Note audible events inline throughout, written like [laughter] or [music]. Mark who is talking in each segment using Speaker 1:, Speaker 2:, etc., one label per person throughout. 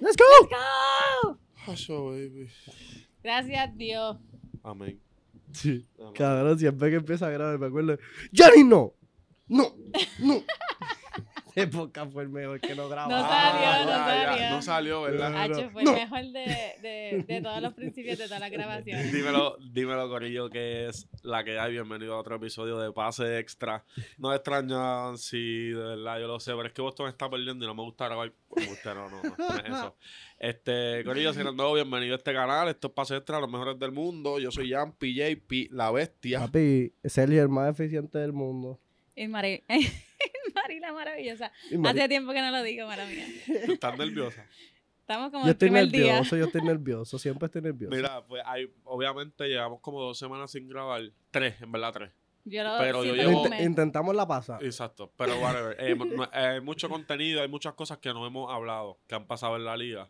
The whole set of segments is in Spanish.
Speaker 1: Let's go.
Speaker 2: Hacho, baby.
Speaker 1: Gracias, Dios.
Speaker 2: Amén. Amén.
Speaker 3: Cabrón, siempre que empieza a grabar, me acuerdo. ¡Yanni, no! ¡No! [laughs] ¡No! Ese podcast fue el mejor que no grababa. Ah,
Speaker 1: No salió, no salió.
Speaker 2: Ah, ya, ya, No salió, ¿verdad?
Speaker 3: No, no,
Speaker 1: Hacho
Speaker 3: no.
Speaker 1: fue el
Speaker 3: No.
Speaker 1: mejor de, de, de todos los principios de todas
Speaker 3: [laughs]
Speaker 1: las grabaciones.
Speaker 2: Dímelo, dímelo, Corillo, que es la que hay. Bienvenido a otro episodio de Pase Extra. No me extrañan, sí, de verdad, yo lo sé, pero es que Boston está perdiendo y no me gusta grabar como usted, no, no, no, no es eso. Este, Corillo, si eres nuevo, bienvenido a este canal. Esto es Pase Extra, los mejores del mundo. Yo soy Jan PJP, la bestia.
Speaker 3: Papi, Sergio es el más eficiente del mundo.
Speaker 1: Y Mari, [laughs] y Mari la maravillosa.
Speaker 3: Y Mari-
Speaker 1: Hace tiempo que no lo digo, Mara mía.
Speaker 2: ¿Estás nerviosa?
Speaker 1: Estamos como
Speaker 3: yo
Speaker 1: el
Speaker 3: estoy
Speaker 1: primer
Speaker 3: nervioso,
Speaker 1: día.
Speaker 3: yo estoy nervioso, siempre estoy nervioso.
Speaker 2: Mira, pues hay, obviamente llevamos como dos semanas sin grabar. Tres, en verdad, tres.
Speaker 1: Yo lo
Speaker 2: Pero
Speaker 3: Pero
Speaker 1: siento
Speaker 2: yo
Speaker 1: que
Speaker 2: llevo-
Speaker 1: un
Speaker 3: int-
Speaker 1: mes.
Speaker 3: intentamos la pasa.
Speaker 2: Exacto, pero whatever. Eh, mo- no- eh, hay mucho contenido, hay muchas cosas que no hemos hablado, que han pasado en la liga.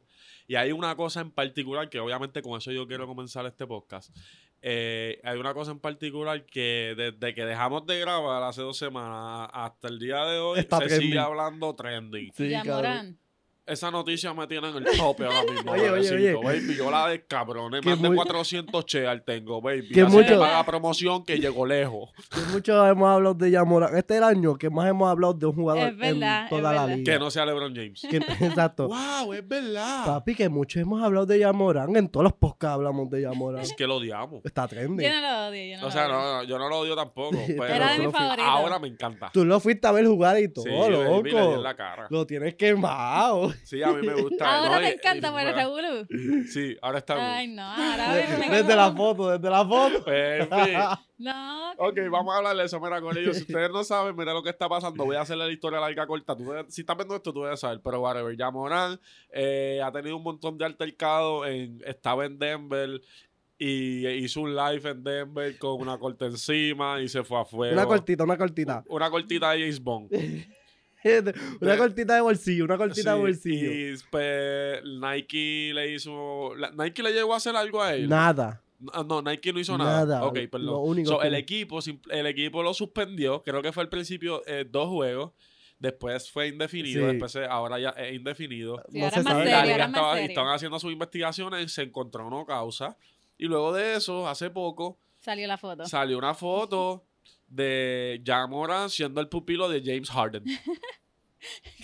Speaker 2: Y hay una cosa en particular, que obviamente con eso yo quiero comenzar este podcast. Eh, hay una cosa en particular que desde que dejamos de grabar hace dos semanas hasta el día de hoy
Speaker 3: Está
Speaker 2: se sigue
Speaker 3: trending.
Speaker 2: hablando trending.
Speaker 3: Sí,
Speaker 1: Ya,
Speaker 3: cabrón.
Speaker 1: Morán.
Speaker 2: Esa noticia me tiene en el tope ahora mismo.
Speaker 3: Oye, oye,
Speaker 2: pobrecito,
Speaker 3: oye.
Speaker 2: Baby, yo la de cabrones.
Speaker 3: Que
Speaker 2: Más de
Speaker 3: muy-
Speaker 2: 400 cheal tengo, baby.
Speaker 3: Que
Speaker 2: Así que
Speaker 3: mucho-
Speaker 2: paga promoción que llegó lejos.
Speaker 3: Que Muchos hemos hablado de Yamorán. Este es el año que más hemos hablado de un jugador
Speaker 1: Es verdad,
Speaker 3: en
Speaker 1: es
Speaker 3: toda la
Speaker 1: verdad.
Speaker 3: liga.
Speaker 2: Que no sea LeBron James.
Speaker 3: Que- [laughs] exacto.
Speaker 2: ¡Wow! Es verdad.
Speaker 3: Papi, que mucho hemos hablado de Yamorán. En todos los podcasts hablamos de
Speaker 1: [laughs]
Speaker 3: Yamorán.
Speaker 2: Es que lo odiamos.
Speaker 3: Está
Speaker 1: Yo
Speaker 3: trending.
Speaker 1: no lo odio, yo no
Speaker 2: O sea,
Speaker 1: lo odio.
Speaker 2: no, no, yo no lo
Speaker 1: [laughs]
Speaker 2: odio tampoco, pero
Speaker 1: Era de
Speaker 3: tú
Speaker 1: mis
Speaker 3: lo fui-
Speaker 1: favoritos.
Speaker 2: ahora me encanta.
Speaker 3: Tú lo fuiste a ver jugar y todo,
Speaker 2: Sí,
Speaker 3: loco.
Speaker 2: baby, le di en la cara.
Speaker 3: Lo tienes quemado.
Speaker 2: Sí, a mí me gusta.
Speaker 1: Ahora
Speaker 2: No,
Speaker 1: te
Speaker 2: y-
Speaker 1: encanta,
Speaker 2: y-
Speaker 1: pero
Speaker 2: bueno,
Speaker 1: Raúl.
Speaker 2: Sí, ahora está
Speaker 1: Ay,
Speaker 2: bien.
Speaker 1: no,
Speaker 3: [laughs]
Speaker 1: ahora me- me
Speaker 3: desde la foto, desde la
Speaker 2: [laughs]
Speaker 3: foto. [laughs]
Speaker 2: Baby.
Speaker 1: No,
Speaker 2: Ok, vamos a hablar de eso. Mira, Corillo, si ustedes no saben, mira lo que está pasando. Voy a hacerle la historia larga corta. Tú debes- si estás viendo esto, tú debes saber. Pero whatever, ya Morán eh, ha tenido un montón de altercados. En, estaba en Denver y eh, hizo un live en Denver con una corta encima y se fue afuera.
Speaker 3: Una cortita, una cortita. [laughs]
Speaker 2: Una cortita de James Bond.
Speaker 3: Una cortita de bolsillo, una cortita de
Speaker 2: Sí,
Speaker 3: bolsillo.
Speaker 2: Y pues, Nike le hizo. la- Nike le llegó a hacer algo a él.
Speaker 3: Nada.
Speaker 2: Ah, no, Nike no hizo nada.
Speaker 3: Nada.
Speaker 2: Ok,
Speaker 3: Lo
Speaker 2: perdón.
Speaker 3: único
Speaker 2: So,
Speaker 3: que-
Speaker 2: el, equipo, sim- el equipo lo suspendió. Creo que fue al principio eh, dos juegos. Después fue indefinido.
Speaker 3: Sí.
Speaker 2: Después se- ahora ya es indefinido.
Speaker 1: Sí,
Speaker 3: no
Speaker 1: ahora
Speaker 3: se
Speaker 1: es más
Speaker 3: sabe.
Speaker 2: Y
Speaker 1: serio,
Speaker 3: seria,
Speaker 2: la
Speaker 1: ahora
Speaker 2: liga
Speaker 1: es más
Speaker 2: estaba,
Speaker 1: serio.
Speaker 2: estaban haciendo sus investigaciones. Se encontró una causa. Y luego de eso, hace poco,
Speaker 1: Salió la foto.
Speaker 2: salió una foto de Jamoran siendo el pupilo de James Harden.
Speaker 1: [laughs]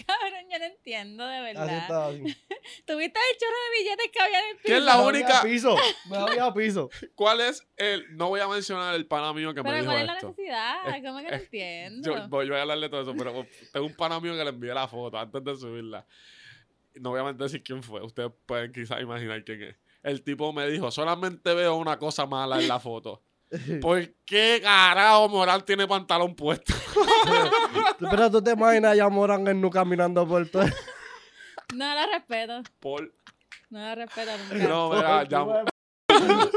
Speaker 1: Cabrón, yo no entiendo, de
Speaker 3: Así
Speaker 1: verdad.
Speaker 3: estaba así.
Speaker 1: Tuviste el chorro de billetes que había en el
Speaker 2: Que es
Speaker 1: piso.
Speaker 2: la
Speaker 3: Me
Speaker 2: única.
Speaker 3: había Piso. Me
Speaker 2: [laughs]
Speaker 3: había piso. [laughs]
Speaker 2: ¿Cuál es el.? No voy a mencionar el pana mío que me
Speaker 1: Pero
Speaker 2: dijo
Speaker 1: ¿cuál es la
Speaker 2: esto.
Speaker 1: necesidad? ¿Cómo que no
Speaker 2: eh,
Speaker 1: entiendo?
Speaker 2: Yo voy, voy a hablarle de todo eso, pero oh, tengo un pana mío que le envié la foto antes de subirla. No voy a decir quién fue. Ustedes pueden quizás imaginar quién es. El tipo me dijo, solamente veo una cosa mala en
Speaker 3: [laughs]
Speaker 2: la foto. ¿Por qué carajo Morán tiene
Speaker 3: [laughs]
Speaker 2: pantalón puesto?
Speaker 3: Pero tú te imaginas ya Morán en nu caminando por todo.
Speaker 1: No lo respeto.
Speaker 2: Por...
Speaker 1: No lo respeto nunca.
Speaker 2: No,
Speaker 3: [laughs]
Speaker 2: mira, ya...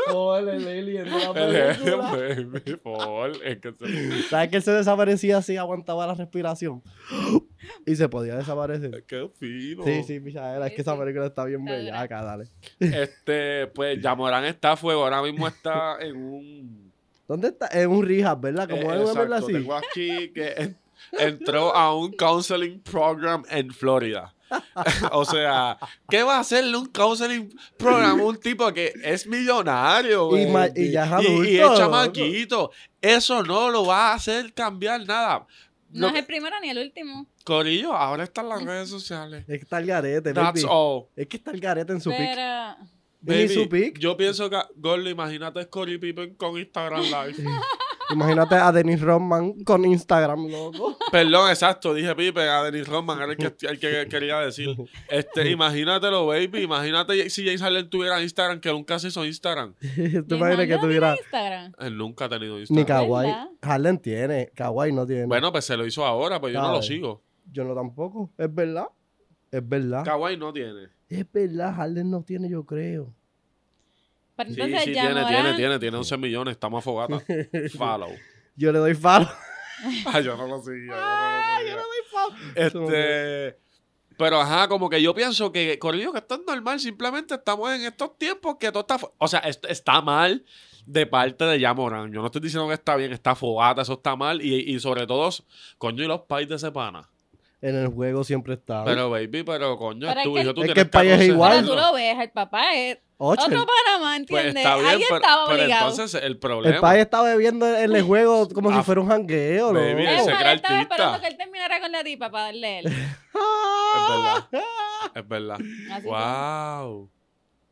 Speaker 3: Todo el alien
Speaker 2: [laughs]
Speaker 3: de la película.
Speaker 2: Por, por, es que se-
Speaker 3: ¿Sabes que él se desaparecía así, aguantaba la respiración? [gasps] Y se podía desaparecer.
Speaker 2: Qué fino.
Speaker 3: Sí, sí, Michaela, es
Speaker 1: Sí,
Speaker 3: que esa
Speaker 1: sí.
Speaker 3: película está bien
Speaker 1: Está
Speaker 3: bella. Acá, dale.
Speaker 2: Este, pues ya Morán está a fuego. Ahora mismo está en un...
Speaker 3: ¿Dónde está? Es un rehab, ¿verdad? Como
Speaker 2: Eh,
Speaker 3: es una verdad
Speaker 2: exacto,
Speaker 3: así.
Speaker 2: Tengo aquí que en- entró a un counseling program en Florida. [laughs] o sea, ¿qué va a hacerle un counseling program a un tipo que es millonario?
Speaker 3: Y ma-
Speaker 2: baby?
Speaker 3: y ya es
Speaker 2: Y- y es
Speaker 3: adulto,
Speaker 2: chamaquito. Eso no lo va a hacer cambiar nada.
Speaker 1: No
Speaker 2: Lo-
Speaker 1: es el primero ni el último.
Speaker 2: Corillo, ahora están las redes sociales.
Speaker 3: Es que está el garete,
Speaker 2: That's
Speaker 3: Este, baby.
Speaker 2: all.
Speaker 3: Es que está el garete en su pick.
Speaker 1: Pero.
Speaker 3: Ni
Speaker 2: baby.
Speaker 3: su pick.
Speaker 2: Yo pienso que, Gordo, imagínate Scottie Pippen con Instagram
Speaker 3: [laughs]
Speaker 2: Live.
Speaker 3: Imagínate a Denis Rodman con Instagram,
Speaker 1: [laughs]
Speaker 3: loco. [laughs]
Speaker 2: Perdón, exacto, dije Pipe a Denis Rodman, era el que, el que quería [laughs] decir. Este, imagínatelo, baby, imagínate si James Harden tuviera Instagram, que nunca se hizo Instagram.
Speaker 3: ¿Tú
Speaker 1: ¿Quién
Speaker 3: imaginas
Speaker 1: más?
Speaker 3: que
Speaker 1: Yo no
Speaker 3: tuviera
Speaker 1: tengo Instagram.
Speaker 2: Él nunca ha tenido
Speaker 3: ni
Speaker 2: Instagram.
Speaker 3: Kawhi?
Speaker 1: ¿Verdad?
Speaker 3: Harden tiene, Kawhi no tiene.
Speaker 2: Bueno, pues se lo hizo ahora, pues yo no
Speaker 3: Cabe.
Speaker 2: lo sigo.
Speaker 3: Yo no tampoco, es verdad. Es verdad.
Speaker 2: Kawhi no tiene.
Speaker 3: es verdad, Harden no tiene, yo creo.
Speaker 1: Pero
Speaker 2: Sí,
Speaker 1: entonces
Speaker 2: sí,
Speaker 1: ya
Speaker 2: tiene,
Speaker 1: Morán-
Speaker 2: tiene, tiene, tiene 11 millones, estamos a [laughs] fogata. Follow.
Speaker 3: Yo le doy faro. [laughs]
Speaker 2: Ah, yo no lo seguía, yo no lo seguía.
Speaker 3: Como que-
Speaker 2: Este. Pero ajá, como que yo pienso que, Corillo, que esto es normal. Simplemente estamos en estos tiempos que todo está. fo- O sea, esto está mal de parte de Yamoran. Yo no estoy diciendo que está bien, está fogata, eso está mal. Y, y sobre todo, coño, y los pais de ese pana.
Speaker 3: en el juego siempre estaba.
Speaker 2: Pero, baby, pero coño,
Speaker 1: Pero
Speaker 2: es tu
Speaker 1: es que-
Speaker 2: hijo, tú
Speaker 3: Es que
Speaker 2: tienes
Speaker 3: el país es
Speaker 2: 14
Speaker 3: igual.
Speaker 2: años.
Speaker 1: Pero tú lo ves, el papá es
Speaker 3: Ocho,
Speaker 1: otro Panamá,
Speaker 2: Pues
Speaker 1: ¿entiendes?
Speaker 2: está bien,
Speaker 1: Ahí
Speaker 2: pero,
Speaker 1: estaba
Speaker 2: pero
Speaker 1: obligado.
Speaker 2: entonces el
Speaker 3: el,
Speaker 2: problema.
Speaker 3: país estaba bebiendo en el juego como
Speaker 2: Ah,
Speaker 3: si fuera un jangueo, ¿no?
Speaker 2: baby,
Speaker 1: Es
Speaker 2: ese
Speaker 1: más,
Speaker 2: era
Speaker 1: él estaba
Speaker 2: artista.
Speaker 1: esperando que él terminara con la tipa para darle él.
Speaker 2: Es verdad. Es verdad.
Speaker 1: Así
Speaker 2: Wow.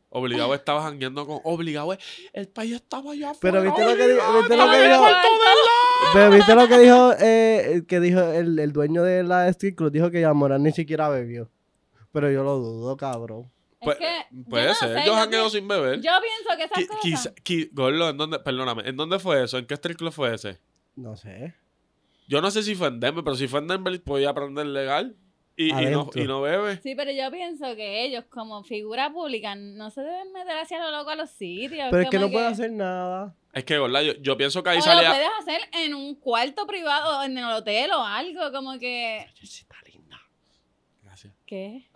Speaker 2: Obligado estaba jangueando con. Obligado. eh, El país estaba allá afuera.
Speaker 3: Pero viste lo que di-
Speaker 2: obligado,
Speaker 3: viste
Speaker 1: lo que
Speaker 2: estaba en el
Speaker 1: dijo-
Speaker 2: cuarto de
Speaker 3: Pero viste lo que dijo, eh, que dijo el, el dueño de la Street Club, dijo que ya Morán ni siquiera bebió. Pero yo lo dudo, cabrón.
Speaker 1: que-
Speaker 2: Pues,
Speaker 1: es que yo
Speaker 2: Puede
Speaker 1: no
Speaker 2: ser.
Speaker 1: sé,
Speaker 2: Yo
Speaker 1: yo
Speaker 2: jangueo
Speaker 1: pi-
Speaker 2: sin beber.
Speaker 1: Yo pienso que esas
Speaker 2: Qui-
Speaker 1: cosas...
Speaker 2: quizá- qui- Gordo, ¿en dónde? Perdóname. ¿En dónde fue eso? ¿En qué strip club fue ese?
Speaker 3: No sé.
Speaker 2: Yo no sé si fue en Denver, pero si fue en Denver podía aprender legal. Y, y no,
Speaker 3: Adentro.
Speaker 2: y no bebe.
Speaker 1: Sí, pero yo pienso que ellos como figura pública no se deben meter hacia lo loco a los sitios.
Speaker 3: Pero es que
Speaker 1: como
Speaker 3: no puede hacer nada.
Speaker 2: Es que, gorda, yo, yo pienso que ahí
Speaker 1: o
Speaker 2: salía.
Speaker 1: lo puedes hacer en un cuarto privado, o en el hotel o algo, como que...
Speaker 3: está linda.
Speaker 2: Gracias.
Speaker 1: ¿Qué?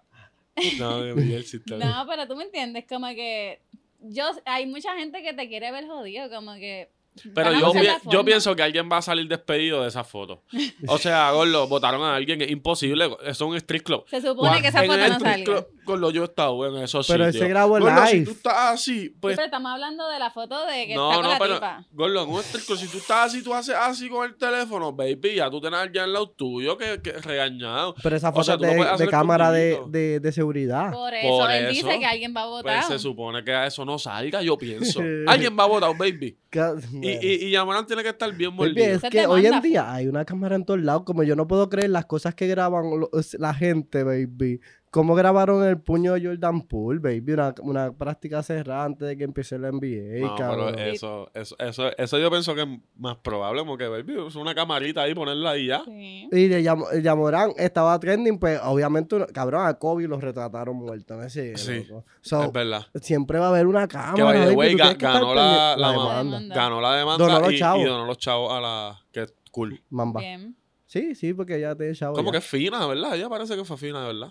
Speaker 2: No, Miguel, sí está bien.
Speaker 1: No, pero tú me entiendes, como que... yo Hay mucha gente que te quiere ver jodido, como que...
Speaker 2: Pero
Speaker 1: van a
Speaker 2: yo,
Speaker 1: buscar
Speaker 2: pi-
Speaker 1: la
Speaker 2: yo
Speaker 1: forma.
Speaker 2: pienso que alguien va a salir despedido de esa foto. O sea, Gordo, votaron a alguien, es imposible. Eso es un strip club.
Speaker 1: Se supone que esa
Speaker 2: En
Speaker 1: foto
Speaker 2: el
Speaker 1: no
Speaker 2: strip
Speaker 1: salga.
Speaker 2: club, Gordo, yo he estado en esos
Speaker 3: Pero
Speaker 2: sitios.
Speaker 3: ese grabó
Speaker 2: Gordo, si
Speaker 3: live.
Speaker 2: tú estás así,
Speaker 1: Sí,
Speaker 2: pues...
Speaker 1: pero estamos hablando de la foto de que
Speaker 2: No,
Speaker 1: está con
Speaker 2: no,
Speaker 1: la
Speaker 2: pero-
Speaker 1: tipa.
Speaker 2: Gordo, en un strip club, si tú estás así, tú haces así con el teléfono, baby, ya tú tienes a alguien al lado tuyo que, que regañado.
Speaker 3: Pero esa
Speaker 2: O
Speaker 3: foto
Speaker 2: sea, tú no
Speaker 3: de,
Speaker 2: puedes
Speaker 3: de
Speaker 2: hacer
Speaker 3: cámara de,
Speaker 2: escondidito.
Speaker 3: de, de seguridad.
Speaker 1: Por eso
Speaker 2: Por
Speaker 1: él dice
Speaker 2: eso,
Speaker 1: que alguien va a votar.
Speaker 2: Pues se supone que a eso no salga,
Speaker 3: [laughs]
Speaker 2: yo pienso. [laughs] Alguien va a votar, baby.
Speaker 3: Ca-
Speaker 2: Y,
Speaker 3: Bueno.
Speaker 2: y, y Yamarán tiene que estar bien
Speaker 3: Baby,
Speaker 2: mordido.
Speaker 3: es
Speaker 1: Se te
Speaker 3: que hoy en
Speaker 1: manda,
Speaker 3: día hay una cámara en todos lados. Como yo no puedo creer las cosas que graban lo- es- la gente, baby. ¿Cómo grabaron el puño de Jordan Poole, baby? Una, una práctica cerrada antes de que empiece la NBA,
Speaker 2: No, pero eh,
Speaker 3: cabrón.
Speaker 2: eso, eso, eso, eso yo pienso que es más probable, como que, baby, es una camarita ahí, ponerla ahí ya.
Speaker 1: Sí.
Speaker 3: Y de Yam- de Yamorán estaba trending, pues obviamente, uno- cabrón, a Kobe los retrataron muerto. No sé,
Speaker 2: Sí,
Speaker 3: loco. So,
Speaker 2: Es verdad.
Speaker 3: siempre va a haber una cámara.
Speaker 2: Que by the
Speaker 3: baby,
Speaker 2: way,
Speaker 3: tú
Speaker 2: ga-
Speaker 3: tienes que estar
Speaker 2: ganó la-
Speaker 3: pendiente.
Speaker 2: la
Speaker 3: demanda.
Speaker 1: demanda. Anda.
Speaker 2: Ganó la demanda
Speaker 3: Donó los
Speaker 2: y, y
Speaker 3: chavos.
Speaker 2: donó los chavos a la... Que cool.
Speaker 3: Mamba.
Speaker 1: Bien.
Speaker 3: Sí, sí, porque ya te chavo.
Speaker 2: Como
Speaker 3: ya.
Speaker 2: que es fina, ¿verdad? Ella parece que fue fina, ¿verdad?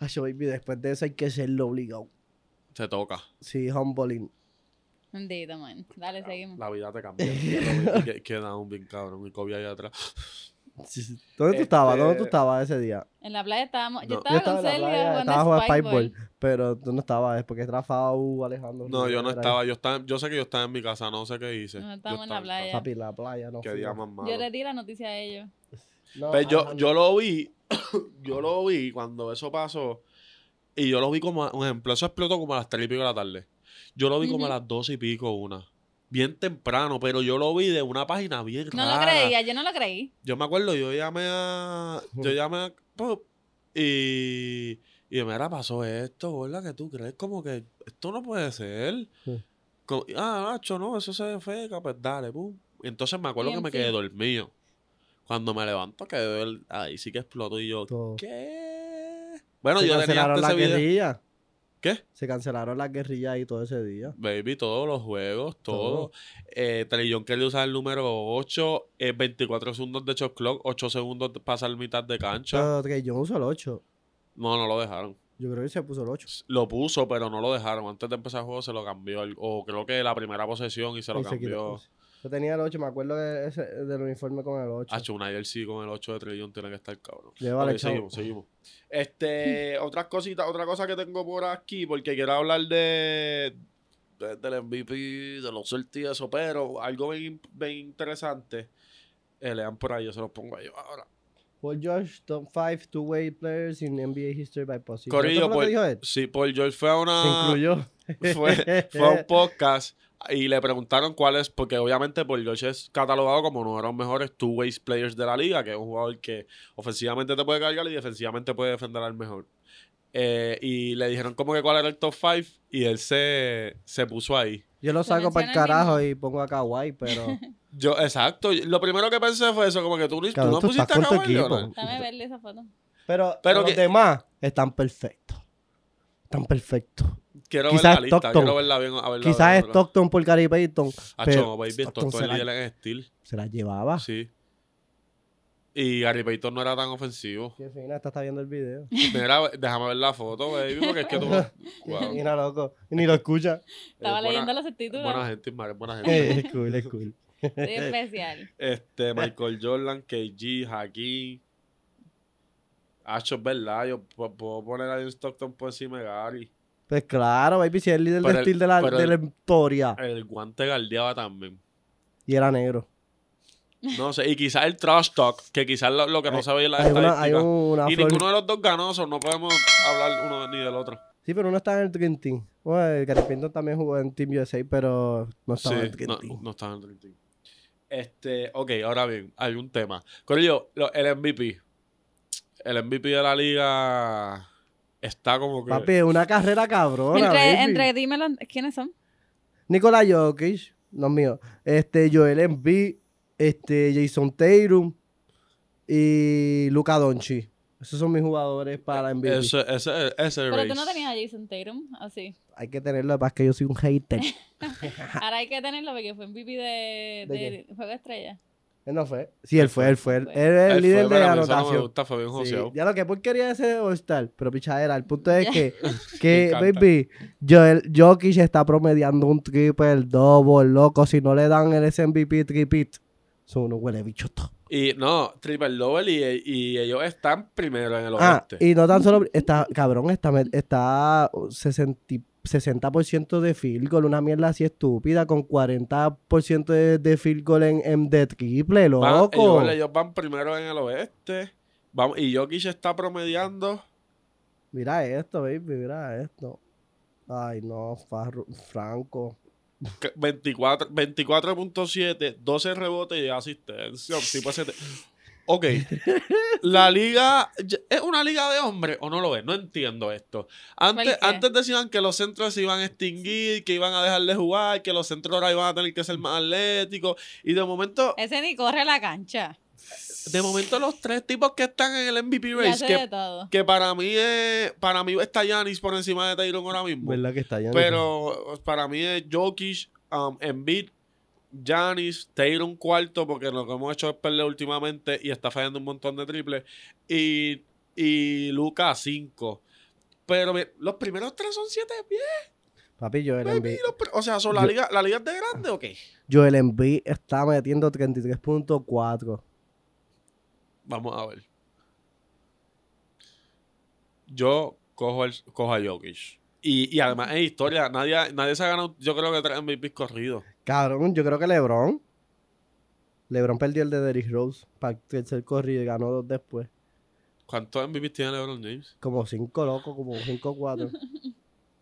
Speaker 3: Ay, baby, después de eso hay que serlo obligado.
Speaker 2: Se toca.
Speaker 3: Sí, humbling.
Speaker 1: Bendito, man. Dale, seguimos.
Speaker 2: La vida te cambia. que, queda un bien cabrón. Y Kobe allá atrás.
Speaker 3: Sí, sí. ¿Dónde tú
Speaker 2: Este-
Speaker 3: estabas? ¿Dónde tú estabas ese día?
Speaker 1: En la playa estábamos.
Speaker 2: No.
Speaker 1: Yo estaba, con
Speaker 3: en la
Speaker 1: Celia
Speaker 3: playa,
Speaker 1: jugando
Speaker 3: estaba jugando
Speaker 1: Spikeball.
Speaker 3: Spikeball, pero tú no estabas, es porque era Fau, Alejandro.
Speaker 2: No, yo no
Speaker 3: Rivera,
Speaker 2: estaba. Yo estaba, yo sé que yo estaba en mi casa. No sé qué hice.
Speaker 1: No,
Speaker 2: Yo
Speaker 1: estamos en la
Speaker 2: estaba
Speaker 1: playa.
Speaker 3: Papi, la playa, no.
Speaker 2: Qué
Speaker 3: fui.
Speaker 2: día más malo.
Speaker 1: Yo le di la noticia a ellos.
Speaker 3: No,
Speaker 2: Pues yo,
Speaker 3: ajá,
Speaker 2: yo lo vi, [coughs] yo lo vi cuando eso pasó, y yo lo vi como, a- un ejemplo, eso explotó como a las 3 y pico de la tarde. Yo lo vi como a
Speaker 1: Ujú.
Speaker 2: las 12 y pico, una. Bien temprano, pero yo lo vi de una página bien
Speaker 1: No
Speaker 2: rara.
Speaker 1: lo creía, yo no lo creí.
Speaker 2: Yo me acuerdo, yo llamé a. Yo llamé a Pop y. Y mira, pasó esto, ¿verdad? Que tú crees como que esto no puede ser.
Speaker 3: Sí.
Speaker 2: Como, ah, Nacho, no, eso se ve feca, pues dale, pum. Y entonces me acuerdo que
Speaker 1: Bien,
Speaker 2: me
Speaker 1: sí.
Speaker 2: quedé dormido. Cuando me levanto, quedé el- ahí sí que explotó y yo.
Speaker 3: Todo.
Speaker 2: ¿Qué? Bueno,
Speaker 3: Se
Speaker 2: yo tenía
Speaker 3: cancelaron
Speaker 2: antes
Speaker 3: la
Speaker 2: ese video.
Speaker 3: guerrilla.
Speaker 2: ¿Qué?
Speaker 3: Se cancelaron las guerrillas y todo ese día.
Speaker 2: Baby, todos los juegos, todo.
Speaker 3: Todo.
Speaker 2: Eh, Trillón que le usa el número 8, es 24 segundos de shot clock, 8 segundos de pasar mitad de cancha.
Speaker 3: Pero que yo uso el 8.
Speaker 2: No, no lo dejaron.
Speaker 3: Yo creo que se puso el 8.
Speaker 2: Lo puso, pero no lo dejaron. Antes de empezar el juego se lo cambió. el- o creo que la primera posesión y se lo
Speaker 3: Ahí se quitó.
Speaker 2: cambió.
Speaker 3: Yo tenía el 8, me acuerdo de ese- del uniforme con el 8.
Speaker 2: Hacho, un sí con el 8 de trillón tiene que estar cabrón.
Speaker 3: Llévale,
Speaker 2: Ok,
Speaker 3: chavo.
Speaker 2: seguimos, seguimos.
Speaker 3: [laughs]
Speaker 2: Este, otras cositas, otra cosa que tengo por aquí, porque quiero hablar de, de- del MVP, de los Celtics y eso, pero algo bien, bien interesante. Eh, lean por ahí, yo se los pongo ahí ahora.
Speaker 3: Paul George, top 5 two-way players in NBA history by position.
Speaker 2: Corillo,
Speaker 3: ¿Esto fue lo que
Speaker 2: pues, ah.
Speaker 3: dijo él?
Speaker 2: Sí, Paul George fue a una...
Speaker 3: Se incluyó. [laughs]
Speaker 2: fue, fue a un podcast y le preguntaron cuál es, porque obviamente Paul George es catalogado como uno de los mejores two-way players de la liga, que es un jugador que ofensivamente te puede cargar y defensivamente puede defender al mejor. Eh, y le dijeron como que cuál era el top 5 y él se, se puso ahí.
Speaker 3: Yo lo
Speaker 1: Se
Speaker 3: saco para el
Speaker 1: menciona el
Speaker 3: carajo y pongo a Kawhi,
Speaker 1: [laughs]
Speaker 3: pero.
Speaker 2: Yo, exacto, lo primero que pensé fue eso, como que tú, ni- tú
Speaker 3: Cabrón,
Speaker 2: no
Speaker 3: tú estás
Speaker 2: pusiste a
Speaker 3: con tu
Speaker 2: Kawhi
Speaker 3: equipo.
Speaker 2: Leonard. [laughs]
Speaker 1: Dame verle esa foto.
Speaker 3: Pero,
Speaker 2: Pero
Speaker 3: los
Speaker 2: que-
Speaker 3: demás están perfectos. Están perfectos.
Speaker 2: Quiero
Speaker 3: Quizás
Speaker 2: ver la
Speaker 3: es
Speaker 2: lista,
Speaker 3: Stockton.
Speaker 2: quiero verla bien. a verla, a
Speaker 3: Quizás
Speaker 2: verla.
Speaker 3: Stockton por Gary Payton
Speaker 2: Acho,
Speaker 3: pero
Speaker 2: baby,
Speaker 3: Stockton
Speaker 2: Stockton es
Speaker 3: será- Ah.
Speaker 2: líder en steel.
Speaker 3: se la llevaba.
Speaker 2: Sí. Y Gary Payton no era tan ofensivo.
Speaker 3: Qué fina, esta está viendo el video.
Speaker 2: Mira, déjame ver la foto, baby, porque es que tú.
Speaker 3: [laughs]
Speaker 2: Wow.
Speaker 3: Mira, loco. Y ni lo
Speaker 2: [laughs]
Speaker 3: escucha.
Speaker 1: Estaba
Speaker 2: Eh, buena-
Speaker 1: leyendo los
Speaker 2: es
Speaker 1: subtítulos.
Speaker 2: Buena gente, Ismael, es buena gente.
Speaker 3: Eh, es cool, es cool. [laughs]
Speaker 1: Estoy especial.
Speaker 2: Este, Michael Jordan, KG, Hakim, Hacho, es verdad, yo pu- puedo poner a John Stockton por encima de Gary.
Speaker 3: Pues claro, baby, si es el líder
Speaker 2: Pero
Speaker 3: de
Speaker 2: el-
Speaker 3: Steel de la,
Speaker 2: pero
Speaker 3: de
Speaker 2: el-
Speaker 3: la historia.
Speaker 2: El guante galdeaba también.
Speaker 3: Y era negro.
Speaker 2: No sé, y quizás el trash talk, que quizás lo, lo que no
Speaker 3: Hay-
Speaker 2: se veía en las
Speaker 3: Hay una, hay
Speaker 2: estadísticas.
Speaker 3: una
Speaker 2: Y
Speaker 3: flor-
Speaker 2: ninguno de los dos ganó, so no podemos hablar uno de- ni del otro.
Speaker 3: Sí, pero uno está en el Dream Team. Bueno, el Gary Payton también jugó en Team USA, pero no estaba en el
Speaker 2: Sí,
Speaker 3: Dream
Speaker 2: no,
Speaker 3: Team.
Speaker 2: no estaba en el Dream Team. Este, ok, ahora bien, hay un tema. Corillo, lo- el MVP. El MVP de la liga está como que.
Speaker 3: Papi, es una carrera cabrona,
Speaker 1: Entre,
Speaker 3: baby.
Speaker 1: entre dímelo, ¿quiénes son?
Speaker 3: Nikola Jokic, los míos. Este, Joel Embiid, este, Jason Tatum y Luka Doncic. Esos son mis jugadores para MVP.
Speaker 2: ese, ese, ese
Speaker 1: Pero tú no
Speaker 2: race.
Speaker 1: tenías a Jason Tatum, así.
Speaker 3: Hay que tenerlo, además que yo soy un
Speaker 1: [laughs]
Speaker 3: hater.
Speaker 1: Ahora hay que tenerlo porque fue MVP de,
Speaker 3: ¿De
Speaker 1: de Juego de Estrella.
Speaker 3: él no fue. Sí, él fue, él fue. Él,
Speaker 1: Fue.
Speaker 3: él es el
Speaker 2: Él
Speaker 3: líder
Speaker 2: fue,
Speaker 3: de
Speaker 2: pero a mí eso No me
Speaker 3: anotación.
Speaker 2: gusta, fue bien
Speaker 3: Sí,
Speaker 2: joseado.
Speaker 3: ya lo que porquería ese All-Star, pero pichadera. El punto es que, que
Speaker 2: encanta.
Speaker 3: baby, Joel Jokic está promediando un triple, double, loco. Si no le dan el SMVP tripit, son unos huele bichos todos.
Speaker 2: Y no, Triple Double y, y ellos están primero en el
Speaker 3: Ah,
Speaker 2: oeste.
Speaker 3: y no tan solo, está, cabrón, está, met- está 60, y- 60% de field goal, una mierda así estúpida, con 40% de, de field goal en, en de triple,
Speaker 2: Van-
Speaker 3: loco.
Speaker 2: ellos, ellos van primero en el oeste. Vamos, y Jokic está promediando.
Speaker 3: Mira esto, baby, mira esto. Ay, no, Farru- Franco.
Speaker 2: que- 24 24.7, 12 rebotes y asistencia. un Tipo ese te- Ok. La liga ya- es una liga de hombres o no lo es. No entiendo esto. Antes,
Speaker 1: ¿Por qué?
Speaker 2: antes decían que los centros se iban a extinguir, que iban a dejar de jugar, que los centros ahora iban a tener que ser más atléticos. Y de momento,
Speaker 1: Ese ni corre la cancha.
Speaker 2: de momento los tres tipos que están en el MVP
Speaker 1: Y
Speaker 2: race,
Speaker 1: hace de
Speaker 2: que,
Speaker 1: todo.
Speaker 2: que para mí es, para mí está Giannis por encima de Tyron ahora mismo.
Speaker 3: ¿Verdad que está ya?
Speaker 2: Pero eh, para mí es Jokic, um, Embiid, Giannis, Taylor un cuarto, porque lo que hemos hecho es perder últimamente y está fallando un montón de triples. Y, y Luca cinco. Pero mi- los primeros tres son siete pies.
Speaker 3: Papi, Joel
Speaker 2: baby.
Speaker 3: Embiid.
Speaker 2: Los pr- O sea, ¿son la,
Speaker 3: Yo-
Speaker 2: liga, ¿la liga es de grande o qué?
Speaker 3: Joel Embiid está metiendo 33.4.
Speaker 2: Vamos a ver. Yo cojo, el, cojo a Jokic. Y, y además es historia. Nadie, ha- nadie se ha ganado, yo creo que tres MVPs corridos.
Speaker 3: Cabrón, yo creo que LeBron. LeBron perdió el de Derrick Rose para el tercer corrido y ganó dos después.
Speaker 2: ¿Cuántos MVPs tiene LeBron James?
Speaker 3: Como cinco loco, como cinco
Speaker 2: [laughs]
Speaker 3: cuatro.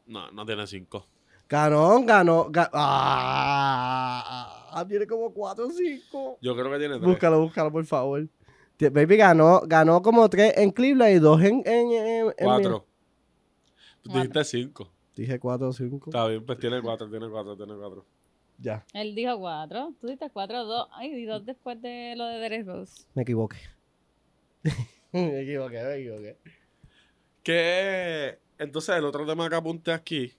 Speaker 2: No, no tiene cinco.
Speaker 3: Ganó, ganó. ga- ¡Ah! Tiene como cuatro o cinco.
Speaker 2: Yo creo que tiene tres.
Speaker 3: Búscalo, búscalo, por favor. Ti- Baby ganó, ganó como tres en Cleveland y dos en. en, en- en-
Speaker 2: cuatro. Tú
Speaker 1: Cuatro.
Speaker 2: Dijiste cinco.
Speaker 3: Dije cuatro o cinco.
Speaker 2: Está bien, pues tiene cuatro, tiene cuatro, tiene cuatro.
Speaker 3: Ya,
Speaker 1: Él dijo cuatro. Tú diste cuatro, dos. Ay, y dos después de lo de Derek Rose.
Speaker 3: me equivoqué. [laughs] me equivoqué, me equivoqué.
Speaker 2: Que, entonces, el otro tema que apunté aquí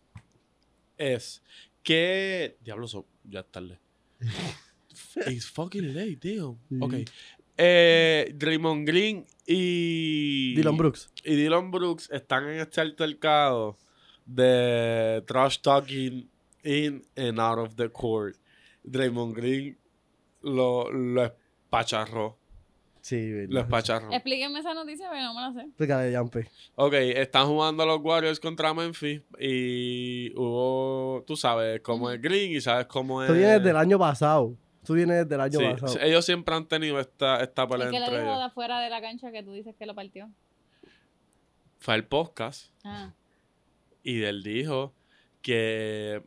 Speaker 2: es que... Diablo, so- ya es tarde. It's fucking late, damn.
Speaker 3: Sí.
Speaker 2: Ok. Eh, Draymond Green y...
Speaker 3: Dylan Brooks.
Speaker 2: Y Dylan Brooks están en este altercado de trash talking in and out of the court. Draymond Green lo, lo espacharró.
Speaker 3: Sí,
Speaker 2: Lo
Speaker 3: verdad.
Speaker 2: espacharró.
Speaker 1: Explíquenme esa noticia, pero no me la sé.
Speaker 3: Explícale, Yampe.
Speaker 2: Ok, están jugando los Warriors contra Memphis y hubo, tú sabes cómo es Green y sabes cómo es...
Speaker 3: Tú vienes del año pasado. Tú vienes del año
Speaker 2: Eh. Sí,
Speaker 3: pasado.
Speaker 2: ellos siempre han tenido esta, esta pelea
Speaker 1: El que le
Speaker 2: entre
Speaker 1: dijo de
Speaker 2: ellos.
Speaker 1: afuera de la cancha que tú dices que lo partió.
Speaker 2: Fue el podcast.
Speaker 1: Ah.
Speaker 2: Y él dijo que,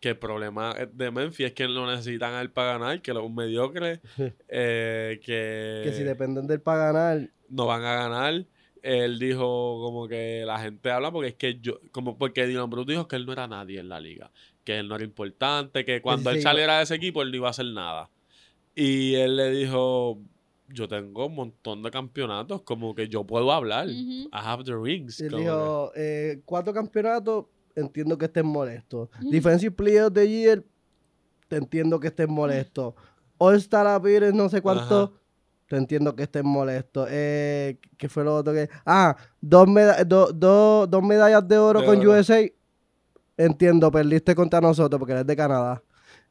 Speaker 2: que el problema de Memphis es que no necesitan a él para ganar, que
Speaker 3: [laughs]
Speaker 2: los mediocres eh, que,
Speaker 3: que si dependen del para ganar.
Speaker 2: no van a ganar. Él dijo como que la gente habla porque es que yo, como porque Dylan Bruce dijo que él no era nadie en la liga, que él no era importante, que cuando
Speaker 3: sí,
Speaker 2: él
Speaker 3: iba-
Speaker 2: saliera de ese equipo él no iba a hacer nada. Y él le dijo, yo tengo un montón de campeonatos, como que yo puedo hablar.
Speaker 1: Ujú.
Speaker 2: I have the rings.
Speaker 3: Él
Speaker 2: como que-
Speaker 3: dijo, eh, cuatro campeonatos, entiendo que estés molesto. Defensive Player de Year, te entiendo que estés molesto. All Star Appearance, no sé cuánto,
Speaker 2: Ajá.
Speaker 3: te entiendo que estés molesto. Eh, ¿Qué fue lo otro que...? Ah, dos, meda- do- do- dos medallas de oro
Speaker 2: De
Speaker 3: con
Speaker 2: oro.
Speaker 3: USA. Entiendo, perdiste contra nosotros porque eres de Canadá.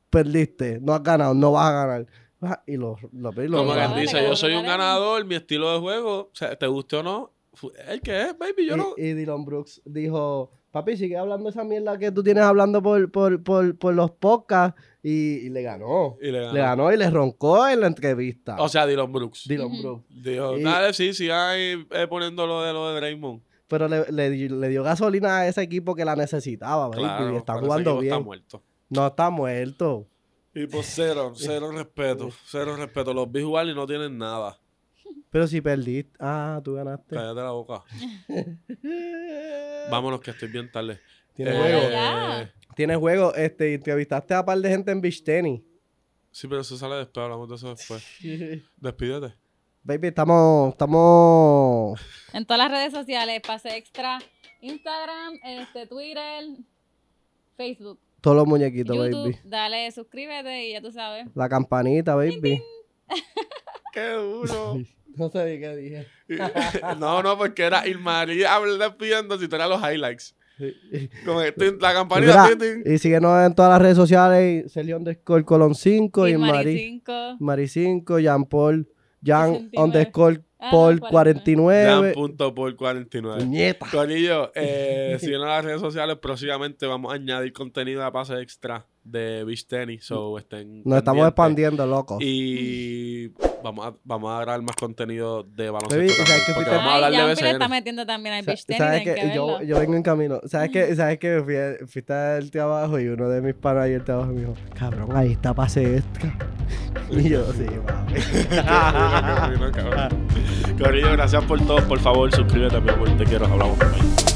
Speaker 3: Perdiste, no has ganado, no vas a ganar. Ah, Y los... los, los-
Speaker 1: Lo
Speaker 2: Como
Speaker 1: que
Speaker 2: quien
Speaker 1: gana,
Speaker 2: dice,
Speaker 1: que
Speaker 2: yo
Speaker 1: lo
Speaker 2: soy un
Speaker 1: gana.
Speaker 2: ganador, mi estilo de juego, o sea, te guste o no, Fu- ¿El que es, baby? [laughs] Yo no.
Speaker 3: Y, y Dylan Brooks dijo, papi, sigue hablando esa mierda que tú tienes hablando por, por, por, por los podcasts. Y, y le ganó.
Speaker 2: Y le
Speaker 3: Le ganó y le roncó en la entrevista.
Speaker 2: O sea, Dylan Brooks.
Speaker 3: Dylan
Speaker 1: Ujú.
Speaker 3: Brooks.
Speaker 2: Dijo,
Speaker 3: Y-
Speaker 2: dale, sí, sí, ahí eh, poniendo lo de, lo de Draymond.
Speaker 3: Pero le, le di- le dio gasolina a ese equipo que la necesitaba, baby,
Speaker 2: Claro,
Speaker 3: y está
Speaker 2: pero ese
Speaker 3: jugando
Speaker 2: equipo
Speaker 3: bien.
Speaker 2: Está muerto.
Speaker 3: no está muerto.
Speaker 2: Y pues
Speaker 3: [laughs]
Speaker 2: cero, cero respeto, cero respeto. Los vi jugar y no tienen nada.
Speaker 3: Pero si perdiste. Ah, tú ganaste.
Speaker 2: Cállate
Speaker 3: [laughs]
Speaker 2: la boca. Vámonos que estoy bien tarde.
Speaker 3: Tiene
Speaker 1: Eh,
Speaker 3: juego.
Speaker 1: ya.
Speaker 3: Tiene juego. Este, y entrevistaste a par de gente en beach
Speaker 1: [laughs]
Speaker 3: tenis.
Speaker 2: Sí, pero eso sale después, hablamos de eso después. Despídete.
Speaker 3: Baby, estamos, estamos
Speaker 1: En todas las redes sociales, pase extra, Instagram, este, Twitter, Facebook,
Speaker 3: todos los muñequitos,
Speaker 1: YouTube,
Speaker 3: baby.
Speaker 1: dale, suscríbete y ya tú sabes.
Speaker 3: La campanita, baby.
Speaker 2: ¡Qué
Speaker 3: [laughs]
Speaker 2: duro!
Speaker 3: No sabía qué dije.
Speaker 2: [laughs] no, no, porque era Ilmarí habla- despidiendo si tenía los highlights.
Speaker 3: Sí.
Speaker 2: Con el tin, la
Speaker 3: Y,
Speaker 2: campanita. tin,
Speaker 3: mira, eh,
Speaker 2: tin.
Speaker 3: y síguenos en todas las redes sociales. Sergio underscore colon 5 y Mari,
Speaker 1: 5.
Speaker 3: Mari 5, Jean Paul, Jan
Speaker 1: 69.
Speaker 3: underscore
Speaker 1: Ah,
Speaker 3: Paul
Speaker 1: 49.
Speaker 2: Dan
Speaker 3: 49.
Speaker 2: punto por 49.
Speaker 3: Puñeta.
Speaker 2: Corillo,
Speaker 3: [laughs]
Speaker 2: eh, siguiendo las redes sociales, próximamente vamos a añadir contenido a pase extra de Beach Tennis. So
Speaker 3: Mm.
Speaker 2: estén.
Speaker 3: Nos estamos
Speaker 2: pendientes.
Speaker 3: expandiendo, loco.
Speaker 2: Y vamos a, vamos a grabar más contenido de baloncesto.
Speaker 3: Baby,
Speaker 2: también,
Speaker 3: ¿sabes qué
Speaker 2: porque
Speaker 3: fuiste-
Speaker 2: vamos a hablar
Speaker 1: Ay,
Speaker 2: de
Speaker 1: ya Pila
Speaker 2: BCN.
Speaker 1: está metiendo también al
Speaker 3: Sa-
Speaker 1: beach tenis,
Speaker 3: ¿Sabes
Speaker 1: tienen
Speaker 3: qué?
Speaker 1: que
Speaker 3: Yo,
Speaker 1: verlo. Mm.
Speaker 3: yo vengo en camino. ¿Sabes qué? ¿Sabes qué? Fui, a- fuiste al trabajo y uno de mis panas ahí el trabajo me dijo, cabrón, ahí está pase extra. [laughs] Y yo, sí, papi.
Speaker 1: pues,
Speaker 2: [laughs] Qué bueno, qué bueno, cabrón. Corillo, gracias por todo. Por favor, suscríbete a mi amor. Te quiero. Hablamos. Bye.